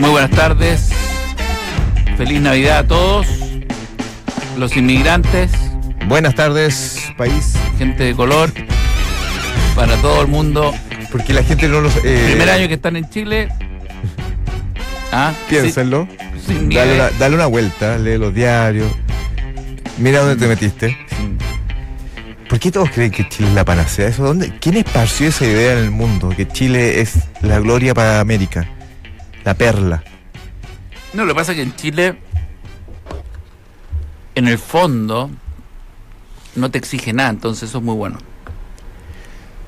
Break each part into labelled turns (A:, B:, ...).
A: Muy buenas tardes. Feliz Navidad a todos. Los inmigrantes,
B: Buenas tardes, país.
A: gente de color, para todo el mundo.
B: Porque la gente no los. eh,
A: Primer año que están en Chile. Ah,
B: Piénsenlo.
A: sin- sin
B: Dale,
A: nieve.
B: una, dale una vuelta, lee los diarios. Mira dónde te metiste. ¿Por qué todos creen que Chile es la panacea? ¿Eso dónde? ¿Quién esparció esa idea en el mundo? Que Chile es la gloria para América. La perla.
A: No, lo que pasa es que en Chile, en el fondo, no te exige nada, entonces eso es muy bueno.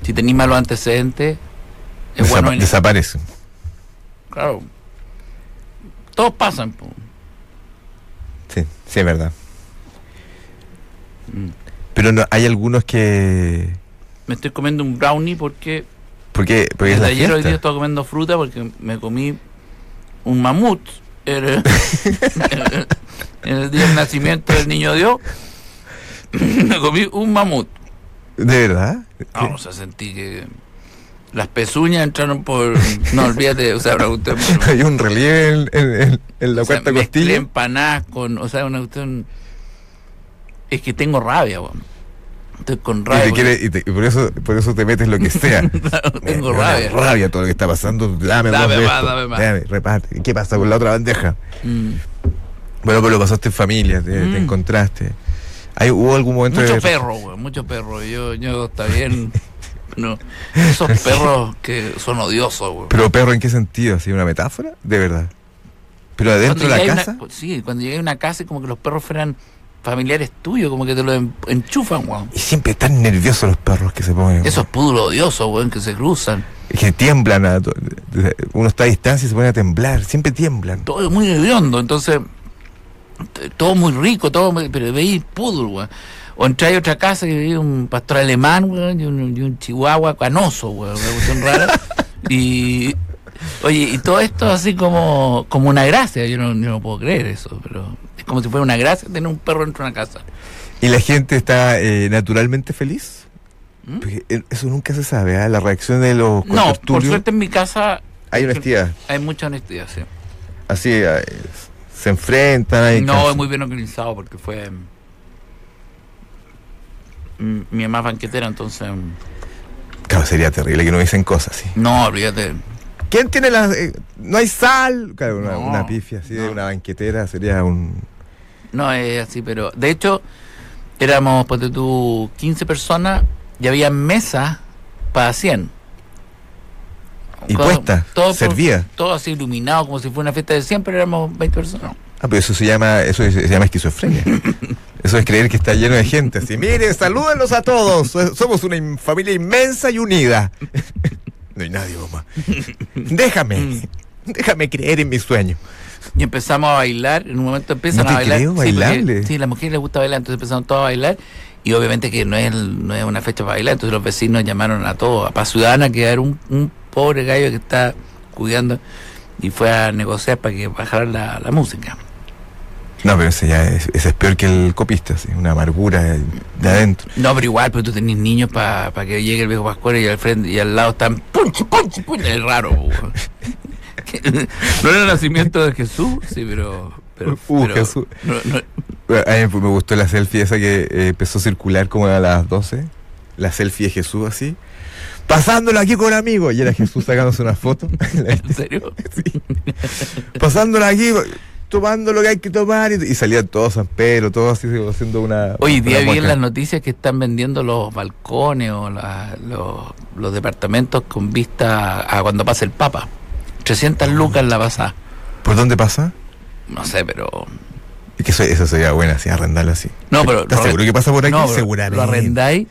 A: Si tenés malos antecedentes, es
B: Desapa-
A: bueno. en-
B: desaparece.
A: claro. Todos pasan. po.
B: Sí, sí, es verdad.
A: Mm.
B: Pero no, hay algunos que.
A: Me estoy comiendo un brownie porque
B: Porque, porque es
A: desde
B: la
A: ayer hoy día
B: fiesta.
A: estaba comiendo fruta porque me comí un mamut en el, en el día del nacimiento del niño Dios. me comí un mamut.
B: ¿De verdad?
A: Ah, o sea, sentí que las pezuñas entraron por. No olvídate, o sea, pregunté. por-
B: Hay un relieve en, en- en- en la
A: o sea,
B: cuarta
A: mezclé
B: costilla.
A: empanadas con. O sea, una cuestión. Es que tengo rabia, weón. Estoy con rabia.
B: Y, te
A: porque-
B: quiere- y te- y por, eso, por eso te metes lo que sea. Me-
A: tengo
B: me da
A: rabia.
B: rabia todo lo que está pasando. Dame,
A: Dame
B: dos de
A: más,
B: esto.
A: dame más.
B: Dame, reparte. ¿Y qué pasa con la otra bandeja?
A: Mm.
B: Bueno, pero lo pasaste en familia, te, te
A: Mm.
B: encontraste. ¿Hay, ¿Hubo algún momento
A: Mucho
B: de-
A: perro, güey, mucho perro. Yo, yo está bien. No, esos perros que son odiosos, güey.
B: ¿Pero perro en qué sentido? ¿Así una metáfora? De verdad. ¿Pero adentro de
A: Cuando
B: la
A: llegáis a
B: casa?
A: una- sí, cuando llegué a una casa, como que los perros fueran familiares tuyos, como que te lo en- enchufan, güey.
B: Y siempre están nerviosos los perros que se ponen.
A: Esos pudulos odiosos, güey, que se cruzan.
B: Es que tiemblan. a to- uno está a distancia y se pone a temblar. Siempre tiemblan.
A: Todo es muy hediondo, entonces. t- Todo muy rico, todo. muy- Pero veis pudul, güey. O entráis a otra casa y veis un pastor alemán, güey, y un, y un chihuahua canoso, güey, una cuestión rara. Y. Oye, y todo esto así como, como una gracia. Yo no, yo no puedo creer eso, pero es como si fuera una gracia tener un perro dentro de una casa.
B: ¿Y la gente está eh, naturalmente feliz?
A: ¿Mm?
B: Porque, eh, eso nunca se sabe, ¿ah? La reacción de
A: No,
B: los
A: por
B: contertulios.
A: suerte en mi casa
B: Hay honestidad.
A: hay mucha honestidad, sí.
B: Así eh, se enfrentan. Hay
A: No,
B: casos.
A: es muy bien organizado porque fue. mm, Mi mamá es banquetera, entonces. mm,
B: Claro, sería terrible que no dicen cosas así.
A: No, olvídate.
B: ¿Quién tiene la.? eh, no hay sal. Claro, una,
A: No,
B: una pifia así de
A: no.
B: una banquetera sería un.
A: No, es así, pero de hecho éramos, ponte tú, 15 personas y había mesas para 100.
B: Y
A: Claro,
B: puesta,
A: todo,
B: servía.
A: todo así iluminado, como si fuera una fiesta de 100, pero éramos 20 personas.
B: Ah, pero eso se llama, eso es- se llama esquizofrenia. Eso es creer que está lleno de gente. Así, miren, salúdenlos a todos. So- Somos una in- familia inmensa y unida. No hay nadie, mamá. Déjame.
A: Mm.
B: Déjame creer en mi sueño.
A: Y empezamos a bailar, en un momento empiezan
B: No te
A: a bailar.
B: creo,
A: sí, porque-
B: bailable.
A: sí, a las mujeres les gusta bailar, entonces empezaron todos a bailar. Y obviamente que no es, el- no es una fecha para bailar, entonces los vecinos llamaron a todos, a Paz Ciudadana, que era un, un pobre gallo que está cuidando, y fue a negociar para que bajaran la, la música.
B: No, pero ese ya es, ese es peor que el copista, así, una amargura de, de adentro.
A: No, pero igual, pero tú tenés niños para que llegue el viejo Pascual y al frente y al lado están punch, punch, punch. Es raro, po, weón. No era el nacimiento de Jesús, sí, pero. pero,
B: Uh,
A: pero-
B: Jesús.
A: no, no,
B: Bueno, a mí me gustó la selfie esa que eh, empezó a circular como a las 12. La selfie de Jesús así. Pasándolo aquí con amigos. Y era Jesús sacándose una foto.
A: ¿En serio?
B: pasándola aquí, tomando lo que hay que tomar. Y, y salían todos San Pedro, todos así haciendo una.
A: Hoy
B: una
A: día vi en
B: mueca.
A: las noticias que están vendiendo los balcones o la- los, los departamentos con vista a cuando pase el Papa. 300 lucas la pasada.
B: ¿Por dónde pasa?
A: No sé, pero.
B: Es que eso, eso sería buena, así, arrendarlo así.
A: No, pero.
B: ¿Estás
A: lo-
B: seguro que pasa por aquí?
A: No, pero
B: Seguramente.
A: lo arrendáis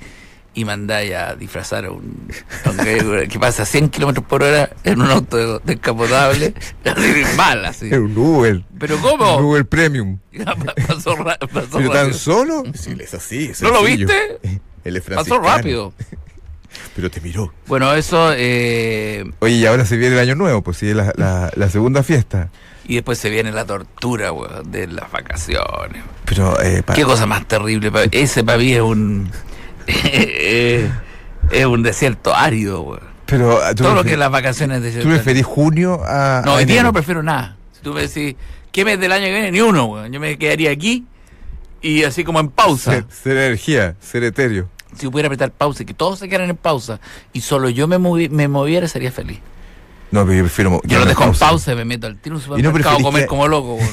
A: y mandáis a disfrazar a un, a un gallo que pasa a 100 kilómetros por hora en un auto descapotable, así mal, así.
B: Es un Uber.
A: Pero
B: Un
A: ¿cómo?
B: Uber Premium.
A: Ya pa- pasó ra- pasó
B: ¿Pero tan
A: rápido.
B: solo? Sí, es así. es
A: ¿No lo
B: sencillo.
A: viste?
B: Él es
A: Pasó
B: franciscano.
A: rápido.
B: Pero te miró.
A: Bueno, eso. eh,
B: Oye, y ahora se viene el año nuevo, pues sí, la, la, la segunda fiesta.
A: y después se viene la tortura, weón, de las vacaciones.
B: Pero, eh, para-
A: Qué cosa más terrible. pa- Ese para mí es un. es un desierto árido, weón.
B: pero ah, ¿tú,
A: Todo lo
B: prefer-
A: que las vacaciones de
B: ¿tú preferís junio a.
A: No,
B: a
A: hoy día
B: enero?
A: no prefiero nada. Si tú me decís, ¿qué mes del año que viene? Ni uno, weón. Yo me quedaría aquí y así como en pausa.
B: Ser, ser energía, ser etéreo.
A: Si pudiera apretar pausa y que todos se quedaran en pausa y solo yo me, movi- me moviera, sería feliz.
B: No, pero yo prefiero. mo-
A: Yo lo
B: darme
A: dejo en pausa y me meto al tiro en un
B: Y no
A: supermercado a
B: preferís
A: comer
B: que-
A: como loco, weón.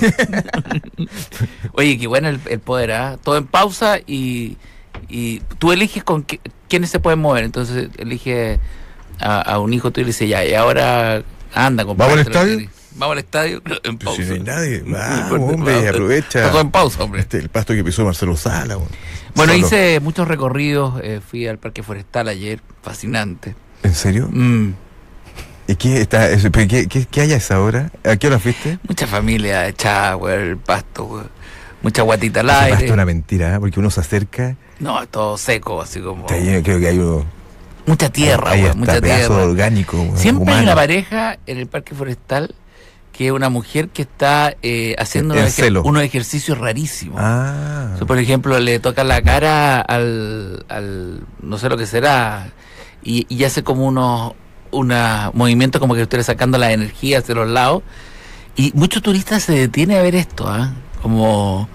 A: Oye, qué bueno el, el poder, ¿ah? Todo en pausa y, y tú eliges con qué- quiénes se pueden mover. Entonces elige a, a un hijo tuyo y le dice, ya, y ahora anda, compadre. te lo
B: al
A: que
B: estadio?
A: querés. Vamos al estadio en
B: Pero
A: pausa.
B: si no hay nadie.
A: Mm,
B: Vamos,
A: por-
B: hombre,
A: ah,
B: aprovecha.
A: Está todo en pausa, hombre.
B: Este, el pasto que pisó Marcelo Sala. bueno.
A: Bueno,
B: Solo.
A: hice muchos recorridos. eh, fui al Parque Forestal ayer. Fascinante.
B: ¿En serio?
A: Mm,
B: ¿Y qué, está, eso, pero qué, qué, qué hay a esa hora? ¿A qué hora fuiste?
A: mucha familia echada, güey, el pasto, güey. Mucha guatita al
B: Ese pasto
A: aire.
B: es una mentira, ¿eh? porque uno se acerca.
A: No, es todo seco, así como.
B: está lleno, creo que hay uno.
A: Mucha tierra,
B: hay
A: güey,
B: hasta
A: mucha
B: pedazo
A: tierra.
B: orgánico. bueno,
A: Siempre hay
B: humano.
A: una pareja en el Parque Forestal que es una mujer que está eh, haciendo
B: En
A: unos, ejer-
B: celo.
A: unos ejercicios rarísimos.
B: Ah.
A: O sea, por ejemplo, le toca la cara al, al no sé lo que será, y, y hace como unos una, movimientos como que estuviera sacando la energía hacia los lados. Y muchos turistas se detienen a ver esto, ¿ah? como,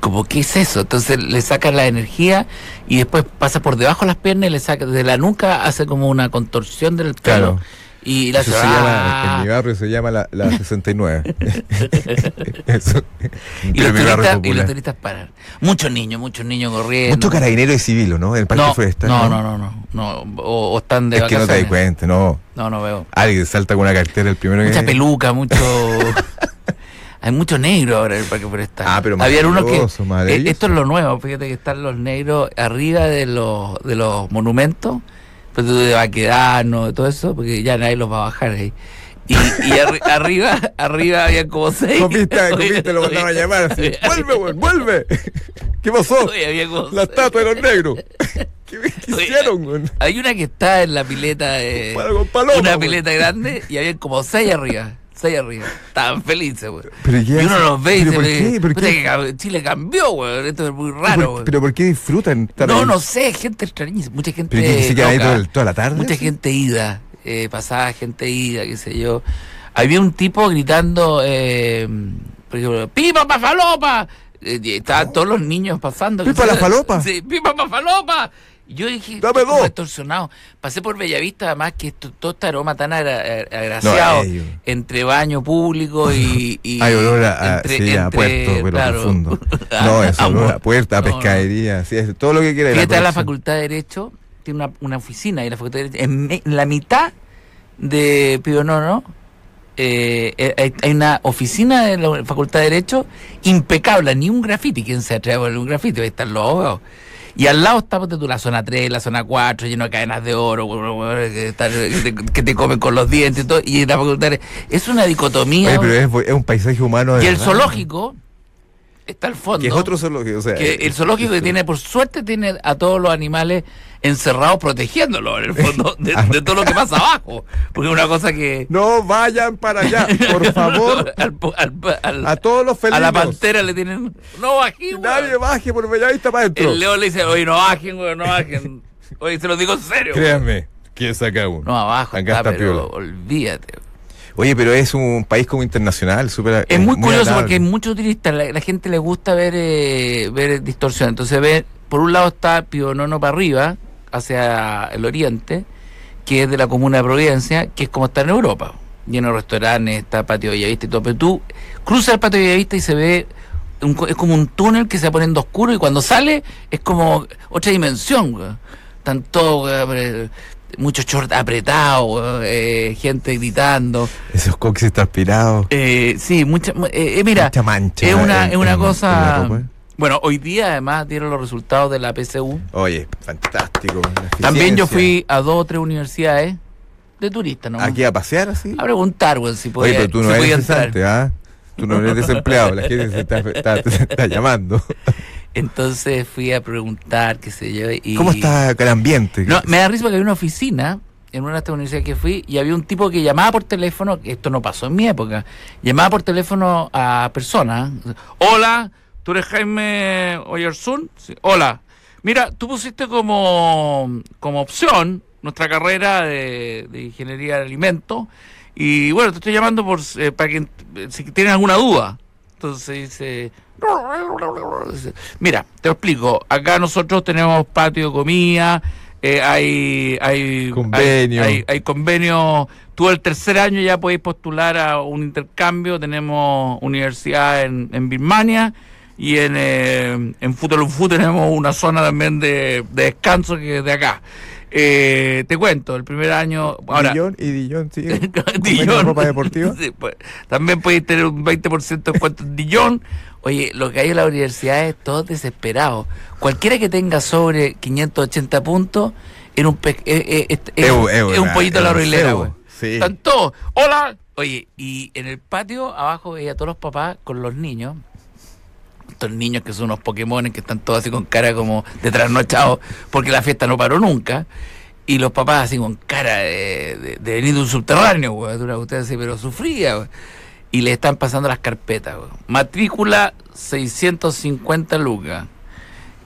A: como, ¿qué es eso? Entonces le sacan la energía y después pasa por debajo de las piernas y le saca, desde la nuca hace como una contorsión del pelo.
B: Claro.
A: Y la
B: Eso se llama, en mi barrio se llama la, la 69. Eso.
A: y, los
B: Pero mi barrio
A: turistas, y
B: popular.
A: los turistas paran. Muchos niños, muchos niños corriendo.
B: Mucho carabinero y civil, ¿o ¿no? En el Parque
A: no,
B: Forestal.
A: No, no, no, no. no, O, o están de
B: Es que no
A: vacaciones.
B: te das cuenta, no.
A: No, no veo.
B: Alguien salta con una cartera el primero
A: Mucha
B: que.
A: peluca, mucho. Hay mucho negro ahora en el Parque Forestal.
B: Ah, pero
A: Había unos que.
B: maravilloso, maravilloso.
A: eh, esto es lo nuevo, fíjate que están los negros arriba de los, de los monumentos, pues de Baquedano, de todo eso, porque ya nadie los va a bajar ahí. Y, y arri- arriba, arriba había como seis.
B: Copista,
A: Oye,
B: copista, lo
A: oye,
B: mandaban a llamar. así,
A: oye,
B: ¡Vuelve, weón, vuelve! ¿Qué pasó?
A: oye, había como
B: La
A: seis.
B: estatua de los negros. ¿Qué, qué
A: Oye,
B: hicieron, weón?
A: Hay una que está en la pileta de.
B: Para con paloma.
A: una
B: weón.
A: pileta grande y había como seis arriba. Seis arriba. Estaban felices, güey.
B: Pero
A: Y uno los ve y
B: ¿Pero
A: se
B: por
A: ve,
B: qué? ¿Por
A: "Puta
B: qué?
A: que cab- Chile cambió, güey. Esto es muy
B: ¿Pero
A: raro,
B: por-
A: güey.
B: ¿Pero por qué disfrutan? estar
A: No,
B: ahí?
A: no sé, gente extrañísima. Mucha gente.
B: ¿Pero qué, que se quedan ahí
A: loca,
B: todo el- toda la tarde?
A: Mucha
B: así?
A: gente ida. eh, pasada gente ida, qué sé yo. Había un tipo gritando, eh, por ejemplo, ¡Pipa pa' falopa! Eh, y estaban todos los niños pasando.
B: ¿Pipa la falopa?
A: Sí, ¡Pipa pa' falopa! Y Yo dije,
B: Dame
A: estoy
B: dos.
A: distorsionado. Pasé por Bellavista, además que esto- todo este aroma tan agra- a- agraciado
B: No, ellos.
A: entre baño público y. y
B: Hay olor a, a- sí, a puerto, pero
A: claro.
B: profundo. No, es
A: A- a
B: olor a
A: mu-
B: puerto, a
A: No, no.
B: pescadería, sí, es todo lo que quiera.
A: Fíjate, la
B: colección.
A: Facultad de Derecho tiene una, una oficina y la Facultad de Derecho, en, me- en la mitad de Pío Nono, eh, eh, hay, hay una oficina de la Facultad de Derecho impecable, ni un grafiti. ¿Quién se atreve a poner un grafiti? Ahí están los abogados. Y al lado está ponte tú, la zona 3, la zona 4, lleno de cadenas de oro, que, están- que te, que te comen con los dientes y todo. Y la facultad de- es una dicotomía.
B: Oye, pero es, bo- es un paisaje humano. de
A: y el
B: verdad,
A: zoológico está al fondo
B: Que es otro zoológico. O sea,
A: que el zoológico que tiene, por suerte, tiene a todos los animales encerrados protegiéndolos, en el fondo, de,
B: Ah.
A: de todo lo que pasa abajo. Porque es una cosa que.
B: No vayan para allá, por favor.
A: al po- al- al-
B: A todos los
A: a
B: felinos.
A: la pantera le tienen. No bají, weón".
B: Nadie baje por Bellavista para adentro.
A: El león le dice, oye, no bajen, weón, no bajen. Oye, se lo digo en serio. weón.
B: Créanme, que saca uno.
A: No, abajo,
B: Acá
A: está,
B: está
A: pero
B: piola.
A: olvídate. weón.
B: Oye, pero es un país como internacional, súper.
A: Es muy, curioso
B: agradable.
A: porque hay muchos turistas, la, la gente le gusta ver eh, ver distorsión. Entonces ve, por un lado está Pío Nono para arriba, hacia el oriente, que es de la comuna de Providencia, que es como está en Europa. Lleno de restaurantes, está Patio Bellavista y todo. Pero tú cruzas el Patio Bellavista y se ve, un co- es como un túnel que se va poniendo oscuro y cuando sale es como otra dimensión. weón. Están todos, weón, apre- muchos shorts apretados, weón, eh, gente gritando.
B: Esos coxis transpirados.
A: Eh, sí, mucha, mu- eh, eh, mira,
B: mucha mancha.
A: es una,
B: en-
A: es una
B: en-
A: cosa.
B: en la ropa.
A: bueno, hoy día además dieron los resultados de la PSU.
B: Oye, fantástico. la
A: También yo
B: eficiencia.
A: fui a dos o tres universidades de turista, ¿no?
B: ¿Aquí a pasear así?
A: A preguntar, weón, si podía,
B: Oye, pero tú
A: si
B: no
A: podía
B: eres
A: entrar.
B: cesante, ¿ah? Tú no eres desempleado, la gente se está, está- te está llamando.
A: Entonces fui a preguntar, qué sé yo. Y
B: ¿Cómo está el ambiente?
A: No, me da risa porque había una oficina en una de estas universidades que fui y había un tipo que llamaba por teléfono, que esto no pasó en mi época, llamaba por teléfono a personas. Hola, ¿tú eres Jaime Oyersun? Sí, Hola. Mira, tú pusiste como, como opción nuestra carrera de, de ingeniería de alimentos y bueno, te estoy llamando por, eh, para que eh, si tienes alguna duda. Entonces dice, mira, te lo explico, acá nosotros tenemos patio de comida, eh, hay, hay,
B: Convenio.
A: hay, hay- hay convenio, tú el tercer año ya podéis postular a un intercambio, tenemos universidad en, en Birmania y en, eh, en Futolufu tenemos una zona también de, de descanso que es de acá. Eh, te cuento, el primer año... Ahora,
B: Dillon y Dillon, sí.
A: Dillon.
B: Convenio de ropa deportiva.
A: Sí, pues, también podéis tener un 20% de descuento en Dillon. Oye, lo que hay en la universidad es todo desesperado. Cualquiera que tenga sobre 580 puntos en un pe- eh, eh, es, es-
B: Eu- eu-
A: es un pollito a la pues.
B: eu-
A: ruilera,
B: eu-
A: güey.
B: Sí.
A: Están todos. ¡Hola! Oye, y en el patio abajo veía a todos los papás con los niños. Estos niños que son unos Pokémon que están todos así con cara como de trasnochados porque la fiesta no paró nunca. Y los papás así con cara de, de, de venir de un subterráneo, güey. Una cuestión así, pero sufría, güey. Y le están pasando las carpetas, güey. Matrícula 650 lucas.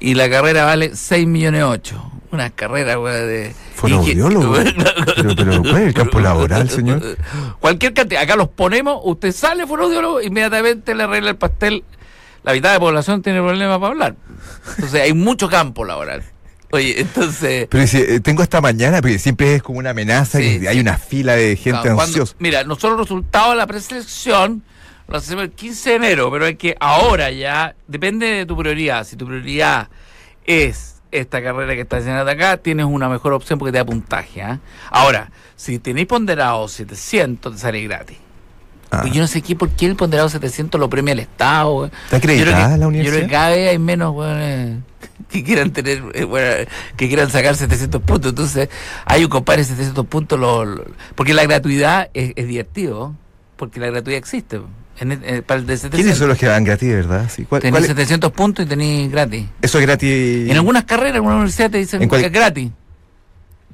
A: Y la carrera vale 6 millones 8. Una carrera, güey, de... y que-
B: Fonoaudiólogo. pero, pero, ¿cuál es el campo laboral, señor?
A: Cualquier cantidad. Acá los ponemos, usted sale fonoaudiólogo, inmediatamente le arregla el pastel. La mitad de la población tiene problemas para hablar. Entonces hay mucho campo laboral. Oye, entonces...
B: Pero dice, eh, tengo hasta mañana, pero siempre es como una amenaza,
A: Sí,
B: que hay
A: sí.
B: una fila de gente
A: Cuando-
B: ansiosa.
A: Mira, nosotros los resultados de la preselección lo hacemos el 15 de enero, pero es que ahora ya depende de tu prioridad. Si tu prioridad es esta carrera que estás haciendo acá, tienes una mejor opción porque te da puntaje. ¿ah? Ahora, si tenéis ponderado 700, te sale gratis.
B: Ah,
A: Pues yo no sé qué, por qué el ponderado 700 lo premia el Estado. weón.
B: ¿Está
A: Yo creo,
B: acreditada
A: que, yo
B: la
A: creo que
B: universidad?
A: cada vez hay menos weones que quieran tener eh, weón, que quieran sacar 700 puntos. Entonces, hay un compadre 700 puntos. lo- lo- porque la gratuidad es, es divertido, porque la gratuidad existe. En, eh, para el de 700,
B: ¿Quiénes son los que dan gratis, verdad? Sí, ¿cuál-
A: tenés
B: cuál es-
A: 700 puntos y tenés gratis.
B: Eso es gratis.
A: En algunas carreras, en algunas universidades te dicen
B: ¿En cuál-
A: que es gratis.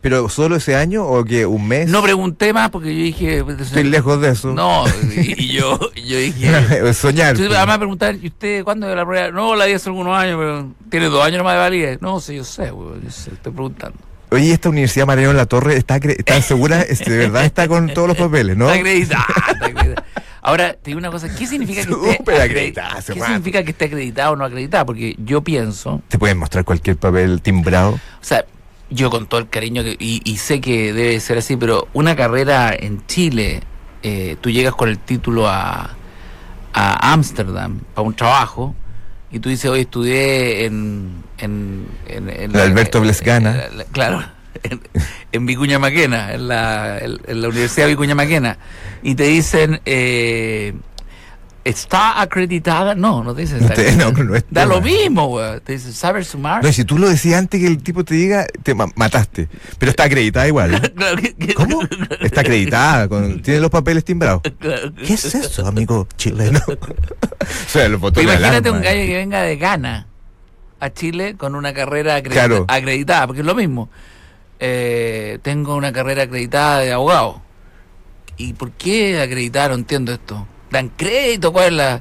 B: ¿Pero solo ese año o que un mes?
A: No pregunté más porque yo dije.
B: Estoy lejos de eso.
A: No, y, y yo, yo dije.
B: Soñar.
A: Entonces,
B: pues.
A: además preguntar, ¿y usted cuándo dio la prueba? No, la di hace algunos años, pero tiene dos años nomás de validez. No, sí, yo sé, weón, yo sé, estoy preguntando.
B: Oye, esta universidad Mariano La Torre está, acre- está segura, Es- de verdad está con todos los papeles, ¿no?
A: Está acreditada, está acreditada. Ahora, te digo una cosa, ¿qué significa que esté
B: Súper acreditada,
A: acredi-
B: se
A: ¿Qué
B: mata.
A: significa que esté acreditado o no acreditado? Porque yo pienso, o
B: Te pueden mostrar cualquier papel timbrado.
A: sea, yo con todo el cariño que, y, y sé que debe ser así, pero una carrera en Chile, eh, tú llegas con el título a a Ámsterdam para un trabajo y tú dices, hoy estudié en... en, en, en
B: La Alberto Blesgana.
A: en la- claro, en, en Vicuña Maquena, en la, en, en la Universidad Vicuña Maquena. Y te dicen, eh, ¿está acreditada? No, no te dicen.
B: No
A: está
B: te-
A: acreditada.
B: no, no es
A: da
B: tema.
A: lo mismo, güey. Te dicen, ¿sabes sumar?
B: No, y si tú lo decías antes que el tipo te diga, te ma- mataste. Pero está acreditada igual. ¿eh?
A: Claro que- que-
B: ¿Cómo? Está acreditada, con- tiene los papeles timbrados.
A: claro que-
B: ¿Qué es eso, amigo chileno? o sea, los botones de
A: Imagínate
B: alarma. eh.
A: un gallo que venga de Ghana a Chile con una carrera acredita-
B: Claro.
A: acreditada, porque es lo mismo. Eh, tengo una carrera acreditada de abogado. ¿Y por qué acreditar? No entiendo esto. ¿Dan crédito? ¿Cuál es la...?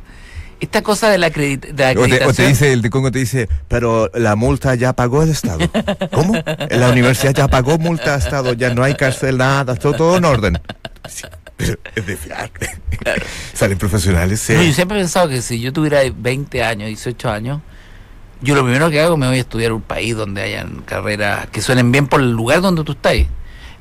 A: Esta cosa de la, acredit- de la
B: O te,
A: acreditación...
B: o te dice, el de Congo te dice, pero la multa ya pagó el Estado. ¿Cómo? La universidad ya pagó multa Estado, ya no hay cárcel, nada, todo, todo en orden. Sí, pero es de fiar. Salen profesionales, sí.
A: No, yo siempre he pensado que si yo tuviera 20 años, 18 años, yo lo primero que hago me voy a estudiar un país donde hayan carreras que suenen bien por el lugar donde tú estás.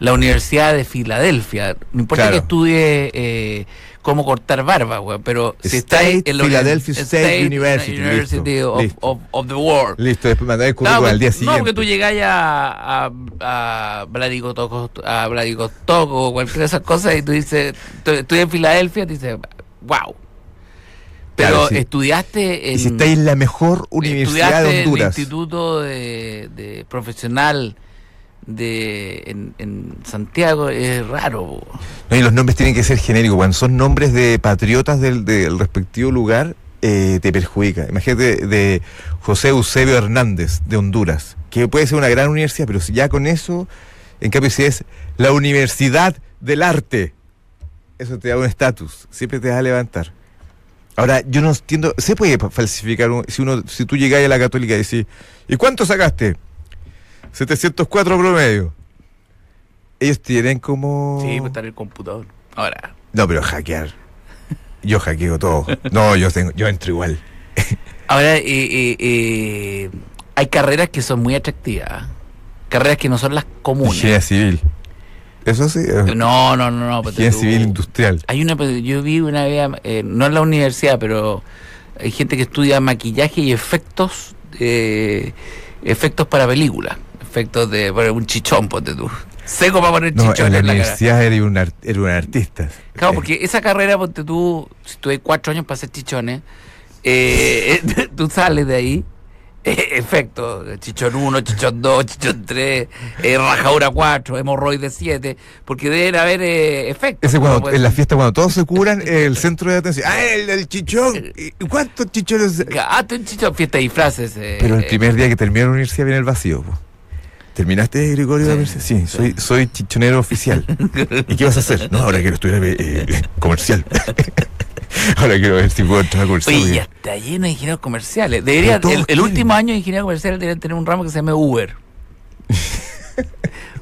A: La Universidad de Filadelfia, no importa
B: Claro.
A: que estudie eh, cómo cortar barba, güey, pero si estás
B: State
A: en la
B: Philadelphia State University,
A: University
B: listo,
A: of,
B: listo.
A: of- of the World.
B: Listo, después mandar el
A: No,
B: currículum al día
A: porque- no, porque
B: siguiente.
A: tú llegás a, a, a Vladivostok a Vladivostok o cualquiera de esas cosas y tú dices, tú- estudié en Filadelfia, te dices, wow. Pero
B: Claro, sí.
A: estudiaste en,
B: y si estáis en la mejor
A: estudiaste en
B: universidad de
A: el
B: Honduras.
A: Instituto de, de Profesional de en, en Santiago, es raro. bo.
B: No, y los nombres tienen que ser genéricos, cuando son nombres de patriotas del, del respectivo lugar, eh, te perjudica. Imagínate de José Eusebio Hernández de Honduras, que puede ser una gran universidad, pero si ya con eso, en cambio si es la Universidad del Arte, eso te da un estatus, siempre te va a levantar. Ahora, yo no entiendo, ¿se puede pa- falsificar? un- si uno si tú llegas a la católica y decís, ¿y cuánto sacaste? 704 promedio. Ellos tienen como...
A: Sí, pues está en el computador. Ahora,
B: No, pero hackear. Yo hackeo todo. No, yo tengo, yo entro igual.
A: ahora eh, eh, eh, hay carreras que son muy atractivas. ¿ah? Carreras que no son las comunes.
B: Ingeniería civil. Eso sí. eh,
A: No, no, no, no. ponte
B: Ingeniería
A: tú.
B: civil industrial.
A: Hay una, pues, yo vi una vez, eh, no en la universidad, pero hay gente que estudia maquillaje y efectos, eh, efectos para películas, efectos de bueno, un chichón, ponte tú. Seco para poner
B: No,
A: chichón
B: en la
A: en la cara.
B: universidad era un, ar- era un artista.
A: Claro, porque esa carrera, ponte tú, si tuve cuatro años para hacer chichones, eh, tú sales de ahí, eh, efecto, chichón 1, chichón 2, chichón 3, rajadura 4, hemorroide 7, porque deben haber eh, efectos.
B: Ese
A: ¿no?
B: cuando,
A: Pues,
B: en la fiesta cuando todos se curan, el centro de atención. Ah, el, el chichón.
A: Eh,
B: ¿Y ¿Cuántos chichones?
A: Ah, tú en chichón, fiesta de disfraces. eh,
B: Pero el
A: eh,
B: primer día que termina la universidad viene el vacío. po. ¿Terminaste, Gregorio? la
A: Sí,
B: universidad? Sí, Soy, soy chichonero oficial. ¿Y qué vas a hacer? No, ahora quiero estudiar eh, eh, comercial. ahora quiero ver si puedo entrar a comercial.
A: Oye, ya está lleno de ingenieros comerciales. eh. Debería,
B: Pero todos
A: el, el
B: quieren.
A: último año de ingeniería comercial debería tener un ramo que se llame Uber.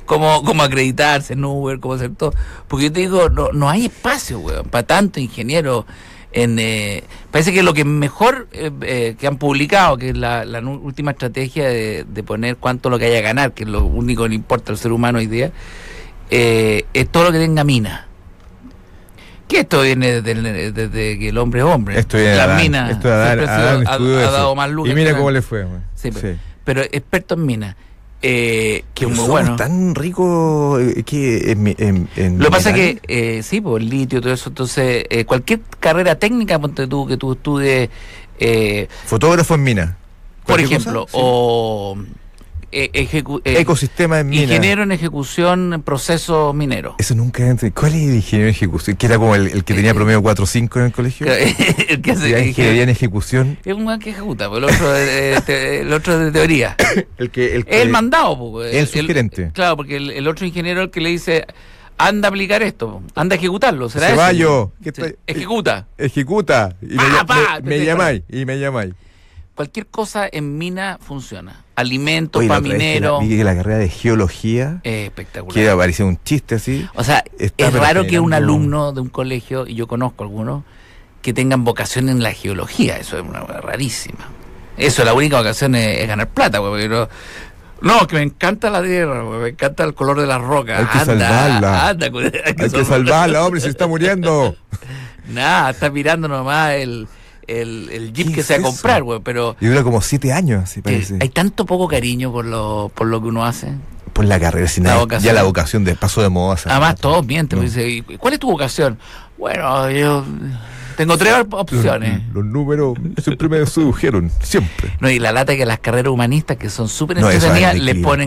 A: como, como acreditarse en Uber, como hacer todo. Porque yo te digo, no, no hay espacio, weón, para tanto ingeniero. En, eh, parece que lo que mejor eh, eh, que han publicado, que es la, la nu- última estrategia de, de poner cuánto lo que haya a ganar, que es lo único que le importa al ser humano hoy día, eh, es todo lo que tenga mina. Que esto viene desde, el- desde que el hombre es hombre.
B: Esto es
A: Las
B: Adán.
A: minas
B: Esto de Adán,
A: siempre ha sido-
B: Adán
A: ha-
B: estudió
A: ha
B: eso.
A: dado más lucas
B: Y mira
A: que
B: cómo
A: nada.
B: le fue. güey.
A: Sí, pero- Pero experto en minas, eh, que es muy
B: somos
A: bueno.
B: tan rico eh, que en, mi- en- en
A: Lo que pasa es
B: minerales.
A: que, eh, sí, por el litio, todo eso, entonces, eh, cualquier carrera técnica, ponte tú, que tú estudies, eh,
B: fotógrafo en mina.
A: por
B: Cualquier
A: ejemplo,
B: cosa, sí.
A: o eh, ejecu- eh,
B: ecosistema en mina.
A: ingeniero en ejecución, en proceso minero.
B: Eso nunca entré. ¿Cuál es el ingeniero en ejecución? Que era como el, el que tenía
A: Eh,
B: promedio 4.5 en el colegio.
A: El que hace-
B: Era ingeniería en ejecución.
A: es un man que ejecuta, pues, el otro, es de- este, el otro es de teoría.
B: El que el,
A: Es el mandado, po,
B: el sugerente.
A: claro, porque el, el otro ingeniero es el que le dice, anda a aplicar esto, po, anda a ejecutarlo, será eso.
B: Ceballo, ¿qué
A: Sí,
B: tal?
A: Ejecuta.
B: ejecuta y me,
A: Ah, Pa,
B: lla-
A: pa,
B: me- me
A: te-
B: llamáis y me llamáis.
A: Cualquier cosa en mina funciona. Alimentos
B: Oye, la
A: para
B: otra vez que
A: minero.
B: la- vi que la carrera de geología
A: es espectacular.
B: que parecía un chiste así.
A: o sea,
B: está,
A: es
B: pero
A: raro que un
B: generando-
A: alumno de un colegio, y yo conozco algunos, que tengan vocación en la geología. Eso es una hueá rarísima. Eso, la única vocación es, es ganar plata, güey, porque no- No, que me encanta la tierra, güey, me encanta el color de las rocas.
B: Hay que
A: anda,
B: salvarla.
A: anda, güey, hay que
B: Hay que
A: salvarla.
B: salvarla, hombre, se está muriendo.
A: Nada, está mirando nomás el, el, el jeep
B: ¿Qué
A: que
B: es
A: se va a
B: eso?
A: comprar, güey, pero
B: Y dura como siete años, así
A: que
B: parece.
A: hay tanto poco cariño por lo, por lo que uno hace.
B: Por la carrera, sin
A: La
B: nada.
A: vocación.
B: Ya la vocación de paso de moda. ¿sabes?
A: Además, todos mienten.
B: No.
A: me dice, "¿Y ¿Cuál es tu vocación? Bueno, yo tengo tres op-
B: Los,
A: opciones.
B: los números siempre me sedujeron, siempre.
A: No, y la lata que las carreras humanistas, que son súper
B: No, eso es
A: entretenidas, les
B: asequible.
A: ponen